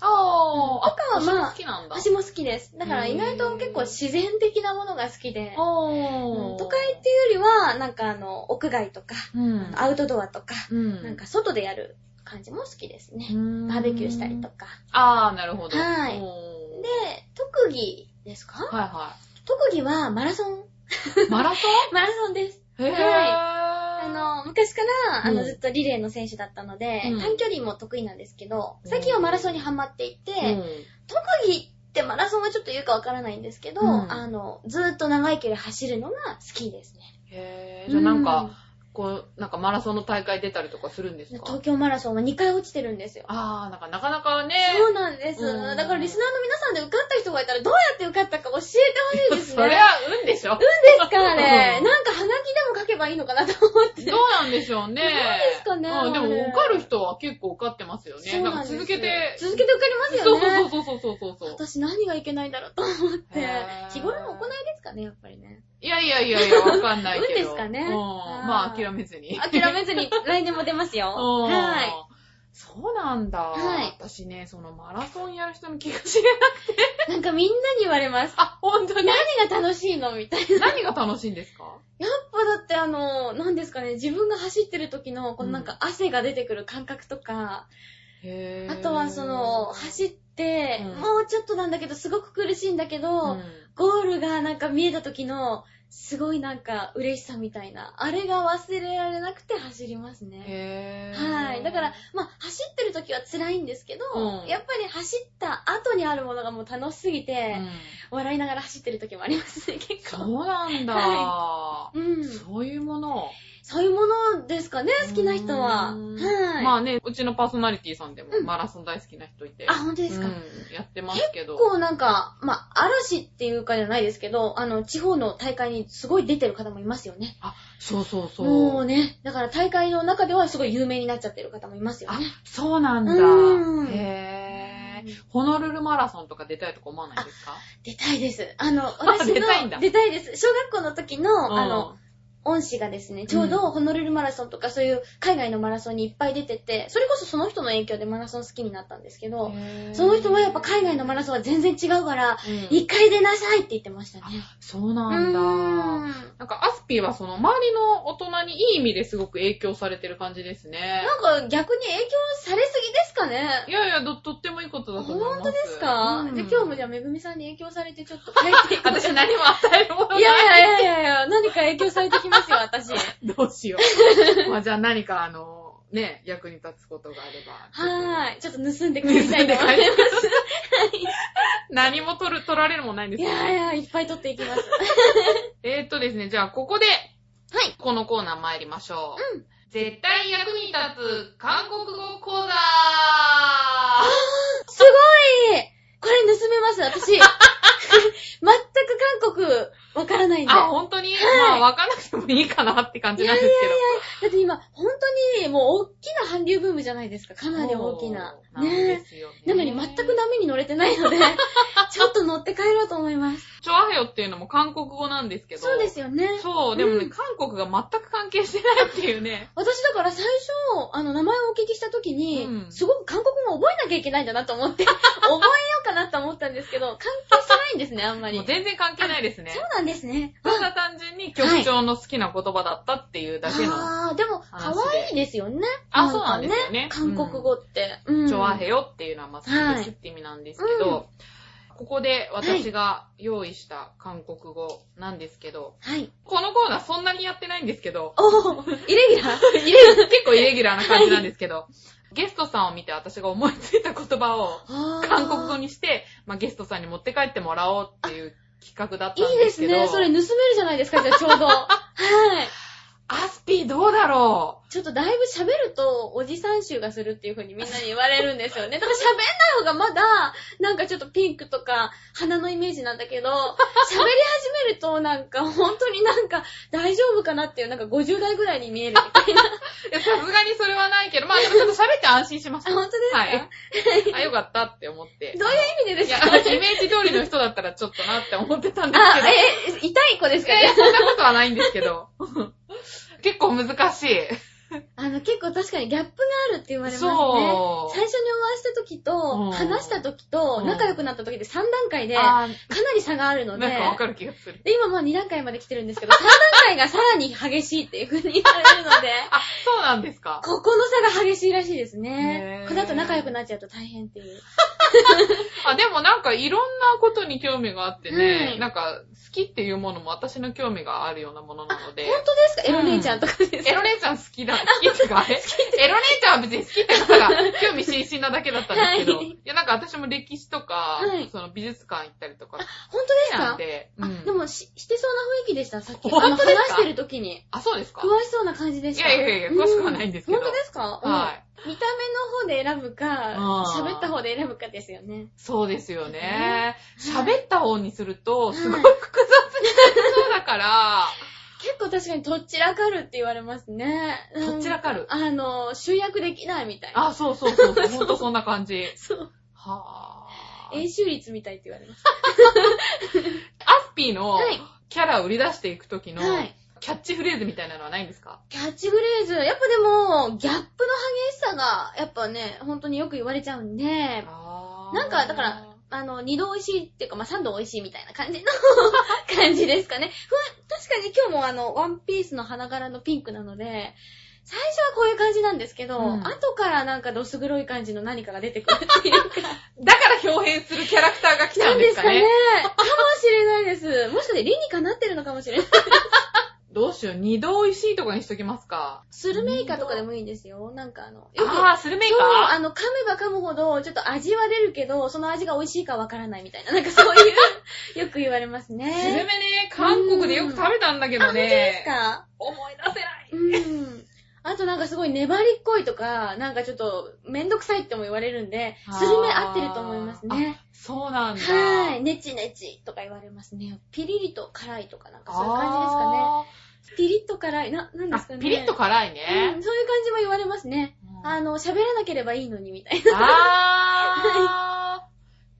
B: あー、あ、
A: とかはま
B: 私も好
A: あ
B: きなんだ。
A: 私も好きです。だから
B: へー
A: 意外と結構自然的なものが好きで、
B: お
A: うん都会っていうよりは、なんかあの、屋外とか、
B: うん。
A: アウトドアとか、
B: うん。
A: なんか外でやる感じも好きですね
B: う。ん、
A: バーベキューしたりと
B: か。
A: か。
B: あー、なるほど。
A: はい
B: おー
A: で、特技ですか
B: はいは
A: 特技はマラソン。
B: い。マラソ
A: マラソンです。
B: ンへぇー。
A: あ
B: あ
A: の、昔から、あ
B: うん
A: の、ずっとリレーの選手だったので、
B: うん
A: 短距離も得意なんですけど、
B: うん
A: 最近はマラソンにハマっていて、特技ってマラソンはちょっと言うかわからないんですけど、
B: うん
A: あの、ずーっと長い距離走るのが好きですね。
B: へぇー。じゃあなんか、こう、なんかマラソンの大会出たりとかするんです
A: うん、
B: か
A: 東京マラソンは2回落ちてるんですよ。
B: あー、なんかなかなかね。
A: そうなんです、
B: うん
A: だからリスナーの皆さんで受かった人がいたらどうやって受かったか教えてほしいですね。
B: そりゃ、運でしょ。運
A: ですからね、なんかはがきでも書けばいいのかなと思って。
B: どうなんでしょうね。
A: どうですかね
B: うん、でも
A: あれ
B: 受かる人は結構受かってますよね。
A: そうなん
B: か
A: ですよ
B: 続けて。
A: 続けて受かりますよね。
B: そうそうそうそうそうそう。
A: 私何がいけないんだろうと思って
B: へー、
A: 日頃の行いですかね、やっぱりね。
B: いやいやいやいや、わかんないけど。
A: 運ですかね
B: うん。
A: あー
B: まあ、諦めずに。
A: 諦めず に来年も出ますよ。
B: うん
A: は
B: そうなんだ。
A: はい
B: 私ね、そのマラソンやる人の気が知れない。
A: い。なんかみんなに言われます。
B: あ、ほんとに。
A: 何が楽しいのみ たいな。
B: 何が楽しいんですか
A: やっぱだってあの、何ですかね、自分が走ってる時の、
B: う
A: こ
B: ん
A: のなんか汗が出てくる感覚とか、
B: へー
A: あとはその、走って、
B: うん
A: もうちょっとなんだけど、すごく苦しいんだけ
B: う
A: ど、
B: ん
A: ゴールがなんか見えた時の、すごいなんか嬉しさみたいな、あれが忘れられなくて走りますね。
B: へー
A: はい。だから、、まあ、走ってる時は辛いんですけど、
B: うん
A: やっぱり走った後にあるものがもう楽しすぎ
B: う
A: て、
B: ん
A: 笑いながら走ってる時もありますね、結
B: そ
A: 構。
B: うなんだ。
A: うん。
B: そういうものを。
A: そういうものですかね、好きな人は。は
B: うん
A: い。
B: まあね、うちのパーソナリティさんでも
A: うん
B: マラソン大好きな人いて。
A: あ、本当ですか。
B: うん、やってますけど。
A: 結構なんか、まあ、嵐っていうかじゃないですけど、あの、地方の大会にすごい出てる方もいますよね。
B: そうそうそう。
A: もうね、だから大会の中ではすごい有名になっちゃってる方もいますよ
B: あ
A: ね。、
B: そうなんだ。
A: うん
B: へぇー。ホノルルマラソンとか出たいとか思わないですか
A: 出たいです。あの、私の、
B: 出たいんだ
A: 出たいです。小学校の時の、あの、、恩師がですね、ちょうどホノルルマラソンとかそういう海外のマラソンにいっぱい出てて、それこそその人の影響でマラソン好きになったんですけど、その人もやっぱ海外のマラソンは全然違うから、
B: うん
A: 一回出なさいって言ってましたね。
B: そうなんだ。
A: うーん
B: なんか、アスピーはその周りの大人にいい意味ですごく影響されてる感じですね。
A: なんか逆に影響されすぎですかね
B: いやいや、ととってもいいことだと思います。
A: 本当ですか、
B: うん
A: で今日もじゃあめぐみさんに影響されてちょっと帰 っていこう
B: 私何も与えるものない
A: いやいやいやいや、何か影響されてきますよ、 私。は
B: どうしよ う。まあじゃあ何かあの、ね、役に立つことがあれば。
A: ーい。ちょっと盗んで帰りたいと 思います。
B: 何も取る、取られるもんないんです
A: い
B: よ。
A: やいや、いっぱい取っていきます。
B: えーっとですね、じゃあここで、
A: はい。
B: このコーナー参りましょう。
A: うん
B: 絶対役に立つ韓国語講 座
A: すごいこれ盗めます、 私。全く韓国わからないんで。
B: あ、
A: だ
B: 本当に、まあ、わかんなくてもいいかなって感じなんですけど。
A: って今、本当にもう大きな韓流ブームじゃないですか。かなり大きな。
B: そうなん
A: ね
B: ですよね
A: なのに全く波に乗れてな いので、ちょっと乗って帰ろうと思います。
B: チョアヘヨっていうのも韓国語なんですけど。
A: そうですよね。
B: そう、でもね、
A: うん
B: 韓国が全く関係してないっていうね。
A: 私だから最初、あの、名前をお聞きした時に、
B: うん
A: すごく韓国語を覚えなきゃいけないんだなと思って、 覚えようかなと思ったんですけど、関係してないんですね、あんまり。
B: も
A: そう
B: 全然関係ないですね。
A: うなんですね。
B: ただ単純に曲調の好きな言葉だったっていう だけの。
A: あー、でも、可愛いですよね。
B: あ、そうなんですよね。
A: 韓国語って。う。
B: うんん。チョアヘヨっていうのはまあ好きですって意味なんですけど、
A: は
B: ここで私が用意した韓国語なんですけど、
A: はい。
B: このコーナーそんなにやってないんですけ ど、
A: おー、イレギュラーイレギュラー。
B: 結構イレギュラーな感じなんですけど、ゲストさんを見て私が思いついた言葉を 韓国語
A: に。
B: にして、まあ、ゲストさんに持って帰ってもらおうっていう企画だった
A: い
B: ん
A: い
B: で
A: ですす
B: けど。
A: ね。それ盗めるじゃないです か、じゃあちょうど。はい。
B: アスピーどうだろ
A: ちょっとだいぶ喋ると、おじさん臭がするっていう風にみんなに言われるんですよね。だから喋んない方がまだ、なんかちょっとピンクとか、鼻のイメージなんだけど、喋り始めると、なんか本当になんか、大丈夫かなっていう、なんか50代ぐらいに見えるみたいな。
B: ういや、さすがにそれはないけど、まあ、でもちょっと喋って安心しました。
A: あ、本当ですか、
B: はい。あ、よかったって思って。
A: どういう意味でで
B: い
A: す
B: や、
A: か
B: イメージ通りの人だったらちょっとなって思ってたんです
A: あ、
B: け
A: え、痛い子です
B: ど。
A: か
B: いや
A: ね。
B: そんなことはないんですけど。結構難しい。
A: あの、結構確かにギャップがあるって言われますね。
B: そう
A: 最初にお会いした時
B: うん
A: と、話した時と、仲良くなった時で3段階で、か
B: あ
A: なり差がある
B: ー、
A: ので、
B: なんかわかる気がする。
A: で、今まあ2段階まで来てるんですけど、3段階がさらに激しいっていう風に言われる ので、
B: あ、そうなんですか。
A: ここの差が激しいらしいです
B: へ
A: ね
B: ー。
A: この後仲良くなっちゃうと大変っていう。
B: あ、でもなんかいろんなことに興味があってね、
A: うん
B: なんか好きっていうものも私の興味があるようなものなので、
A: 本当ですかエロ姉ちゃんとかですか、
B: エロ姉ちゃん好きだ、好きってか、あれエロ姉ちゃんは別に好きって言ったら、興味津々なだけだったんですけど、
A: はい
B: い、やなんか私も歴史とか、
A: はい
B: その美術館行ったりとか好
A: 本
B: きなん
A: 当です
B: で、
A: かあ
B: うん、
A: でもし、してそうな雰囲気でした、さっき。
B: 本
A: あの
B: 当ですか
A: 話してる時に。
B: あ、そうですか
A: 詳しそうな感じでした。
B: いやいやいや詳しくはないんですけど
A: う本当ですか
B: はい。
A: い。見た目の方で選ぶか
B: あ、ー
A: 喋った方で選ぶかですよね。
B: そうですよね。
A: はい
B: 喋った方にすると、すごい
A: はい
B: 複雑になりそうだから、
A: 結構確かにどっちらかるって言われますね。うん
B: どっちらかる。
A: あの、集約できないみたいな。
B: あ、そうそうそうそう、ほんとそんな感じ。
A: そう。
B: はぁ。
A: 演習率みたいって言われます。
B: アッピーの
A: はい
B: キャラを売り出していくときの
A: はい
B: キャッチフレーズみたいなのはないんですか
A: キャッチフレーズ、やっぱでも、ギャップの激しさが、やっぱね、本当によく言われちゃうんで、
B: あ
A: なんかだからあの、二度美味しいっていうか、まあ、三度美味しいみたいな感じの 感じですかね。ふわ確かに今日もあの、ワンピースの花柄のピンクなので、最初はこういう感じなんですけど、
B: うん
A: 後からなんかどす黒い感じの何かが出てくるっ ていうか、
B: だから表変するキャラクターが来た
A: なんん
B: で
A: ですす
B: か
A: かね
B: ね。。
A: かもしれないです。もしかして理にかなってるのかもしれない。
B: どうしよう、二度美味しいとかにしときますか。
A: スルメイカとかでもいいんですよ。なんかあの、よく
B: あー、スルメイ
A: そう、あ
B: カ
A: の、噛めば噛むほど、ちょっと味は出るけど、その味が美味しいかわからないみたいな、なんかそういう、よく言われますね。
B: スルメね、韓国でよく食べたんだけ
A: あ、
B: ど
A: 本当です
B: ね。
A: か
B: 思い出せない。
A: うん。あとなんかすごい粘りっこいとか、なんかちょっとめんどくさいっても言われるんで
B: あー、
A: スルメ合ってると思いますね。
B: そうなんだ。
A: はい。ネチネチとか言われますね。ピリリと辛いとかなんかそういう感じですかね。
B: あ
A: ピリッと辛い。な、なん
B: ー
A: ですかね。
B: あピリッと辛いね
A: う。ん、そういう感じも言われますね。
B: うん
A: あの、喋らなければいいのにみたい
B: あ
A: な。
B: ー。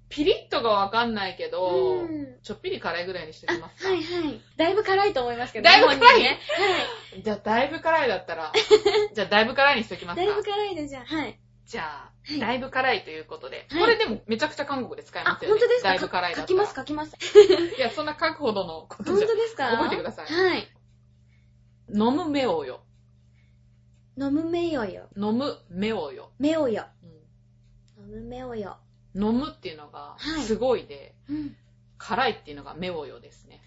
B: ピリッとがわかんないけど、
A: うん
B: ちょっぴり辛いぐらいにして
A: あ、
B: きますか。
A: はいはい。だいぶ辛いと思いますけど、
B: だいぶ辛い
A: 日本人ね。
B: じゃあ、だいぶ辛いだった ら、じゃあ、だいぶ辛いにしておきま
A: はい。
B: す
A: だ
B: か
A: い。ぶ辛いですじゃあ。はい。
B: じゃあ、
A: はい
B: だいぶ辛いということで、
A: はい
B: これでもめちゃくちゃ韓国で使え
A: あ、
B: ますよ
A: 本
B: ね。
A: 当ですか
B: だいぶ辛いだったら
A: 書きます、書きます。
B: いや、そんな書くほどのこと
A: 本
B: じ
A: 当
B: ゃ。
A: ですか
B: 覚えてください
A: はい。
B: 飲む目をよ。
A: 飲むめよよ。
B: 飲む目をよ。
A: めおよ。
B: うん
A: 飲むめおよ。
B: 飲むっていうのが
A: はい
B: すごいで、
A: うん。
B: 辛いっていうのが目をよですね。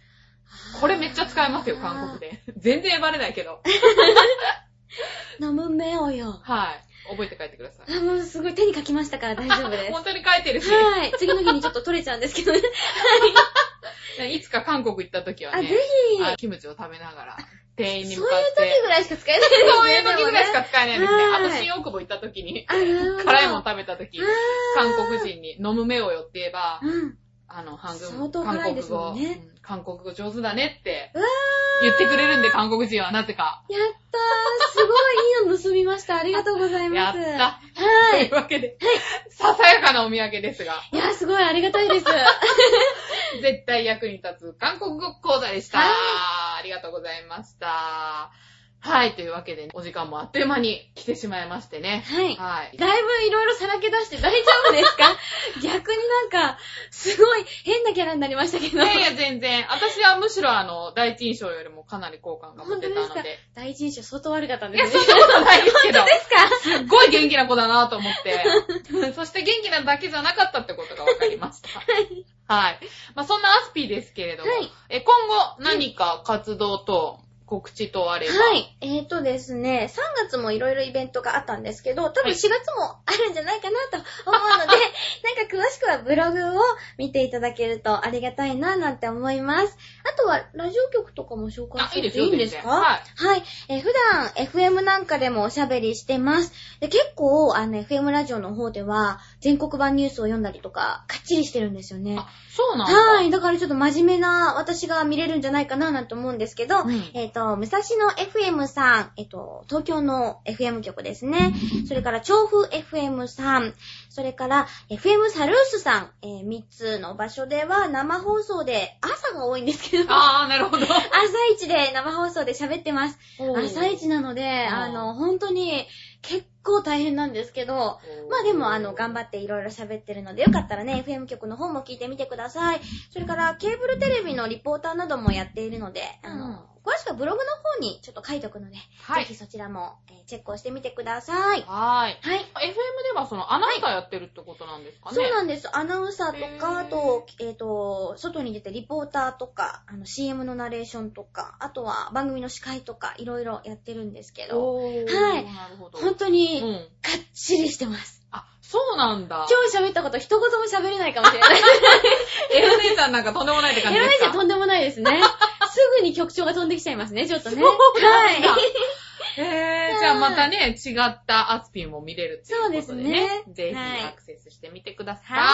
B: これめっちゃ使えますよ、韓国で。全然バレないけど。
A: で。飲むめおよ。
B: はい。覚えて帰ってください。
A: あ、もうすごい手に書きましたから大丈夫です。
B: 本当に書いて るし、
A: はい。次の日にちょっと取れちゃうんですけ どね。
B: いつか韓国行った時は
A: あ、ぜ
B: ね、
A: ひ。
B: あキムチを食べながら、店員に
A: そ
B: 向
A: う
B: か
A: い
B: っ
A: う時
B: て、
A: ぐらいしか使えないですね。
B: そういう時ぐらいしか使えないですね。
A: はい
B: あと、新大久保行った時に、
A: でもね。あ、
B: 辛いもん
A: ん。
B: 食べた時
A: あー、
B: 韓国人に飲む目をよって言えば、
A: うん。
B: あの、韓国
A: 相当
B: 韓
A: 辛いで
B: 国
A: すも
B: 語、
A: んね
B: うん韓国語上手だねって
A: うわー
B: 言ってくれるんで、韓国人はなぜか。
A: やったー。すごいいいの盗みました。ありがとうござい
B: や
A: ま
B: っ
A: す。
B: た。と
A: はいい。
B: うわけで、ささやかなお土産ですが、
A: いや、すごいありがた いです。
B: 絶対役に立つ韓国語講座でした。
A: はい
B: ありがとうございました。はい、というわけで、お時間もあっという間に来てしまいましてね。
A: はい
B: はい。
A: だいぶいろいろさらけ出して大丈夫ですか 逆になんか、すごい変なキャラになりましたけ
B: い
A: ど。
B: やいや、全然。私はむしろあの、第一印象よりもかなり好感が持てたの
A: 本当
B: で。
A: 第一印象相当悪かったん
B: い
A: で
B: や、
A: す
B: そ
A: ね
B: ん。なことないですけど。
A: ですか
B: すっごい元気な子だなと思 って。そして元気なだけじゃなかったってことが分かりました。はい。まあ、そんなアスピーですけれども、
A: はい
B: え今後何か活動と告知とあれば、
A: はい。えーとですね、3月もいろいろイベントがあったんですけど、多
B: は
A: 分
B: い
A: 4月もあるんじゃないかなと思う ので、なんか詳しくはブログを見ていただけるとありがたいななんて思います。あとは、ラジオ局とかも紹介
B: あ、いい
A: し
B: で
A: て
B: すよ、
A: いいんです
B: 全
A: か
B: 然はい。
A: はい。えー普段 FM なんかでもおしゃべりしてます。で結構、あの、FM ラジオの方では、全国版ニュースを読んだりとか、かっちりしてるんですよね。
B: あ、そうなんだ。
A: はい。だからちょっと真面目な私が見れるんじゃないかななんて思うんですけど、
B: うん
A: えっ、と、武蔵野 FM さん、えっ、と、東京の FM 局ですね。それから調布 FM さん、それから FM サルースさん、えー、3つの場所では生放送で、朝が多いんですけど、
B: あー、なる ほど。
A: 朝一で生放送で喋ってます。朝一なので、
B: ん
A: あの、本当に結構大変なんですけど、まあでもあの、頑張
B: って。
A: っていろいろ喋ってるので、よかったらね、FM 局の方も聞いてみてください。それから、ケーブルテレビのリポーターなどもやっているので、あの、
B: うん
A: 詳しくはブログの方にちょっと書いておくので、
B: はい
A: ぜひそちらも、えーチェックをしてみてくださ
B: はー
A: い。
B: い。
A: はい。
B: FM ではそのアナウンサーやってるってことなんですかね。
A: そうなんです。アナウンサーとか、
B: へー
A: あと、えっ、と、外に出てリポーターとか、あの、CM のナレーションとか、あとは番組の司会とか、いろいろやってるんですけど、
B: おー
A: はい
B: なるほど。
A: 本当
B: う
A: に、
B: ん。
A: かっちりしてます。
B: あ、そうなんだ。
A: 今日喋ったこと一言も喋れないかもしれ ない。
B: エロ姉ちゃんなんかとんでもないって感じ
A: や
B: で
A: らない
B: す
A: じ
B: か
A: ゃとんでもないですね。すぐに局長が飛んできちゃいますね、ちょっとね。
B: なんだ
A: はい。
B: え
A: は
B: ー、
A: い
B: じゃあまたね、違ったアスピンも見れるっていうことでね。
A: そうですね
B: ぜ
A: はい
B: ひアクセスしてみてください。は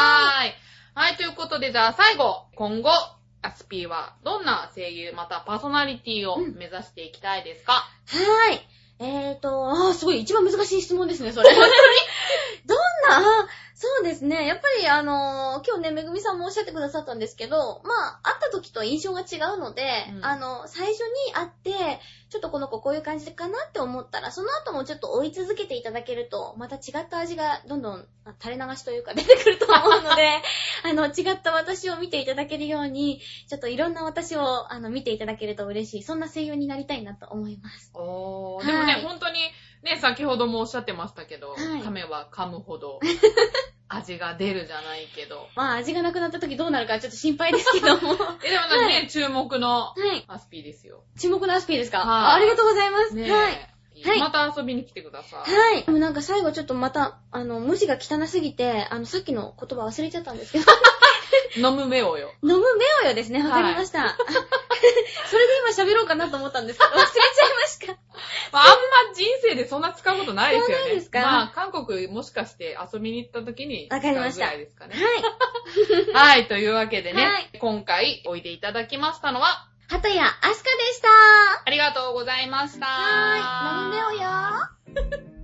A: は
B: ーい。ということで、じゃあ最後、今後、アスピーはどんな声優、またパーソナリティを
A: うん
B: 目指していきたいですか、
A: はい。えーと、あー、すごい、一番難しい質問ですね、 それ。本当に。どんな、あーそうですね。やっぱり、あのー今日ね、めぐみさんもおっしゃってくださったんですけど、まあ、会った時と印象が違うので、
B: うん
A: あの、最初に会って、ちょっとこの子こういう感じかなって思ったら、その後もちょっと追い続けていただけると、また違った味がどんどんあ垂れ流しというか出てくると思う ので、あの、違った私を見ていただけるように、ちょっといろんな私を、あの、見ていただけると嬉しい。そんな声優になりたいなと思います。
B: おー、でもね、
A: はい
B: 本当に、ね、先ほどもおっしゃってましたけど、
A: はい
B: 噛めば噛むほ ど、味が出るじゃないけど。
A: まあ、味がなくなった時どうなるかちょっと心配ですけども。 は
B: え、でもね、注目の
A: い。
B: アスピーですよ。
A: 注目のアスピーですか、
B: はい
A: あありがとうございます。
B: ね
A: はい。
B: え
A: はい
B: また遊びに来てください。
A: はい。でもなんか最後ちょっとまた、あの、文字が汚すぎて、あの、さっきの言葉忘れちゃったんですけど、
B: 飲む目をよ。
A: 飲む目をよですね。わかりました。 それで今喋ろうかなと思ったんですけど、忘れちゃいました。
B: まあ、あんま人生でそんな使うことないですよね。
A: そうなんですか
B: まあ、韓国もしかして遊びに行った時に使う
A: わ
B: ぐ
A: かりました
B: らいですかね。
A: は
B: は
A: い。
B: い、というわけでね、
A: はい
B: 今回おいでいただきましたのは、
A: はたやあすかでした。
B: ありがとうございました。
A: はーい。飲む目をよ。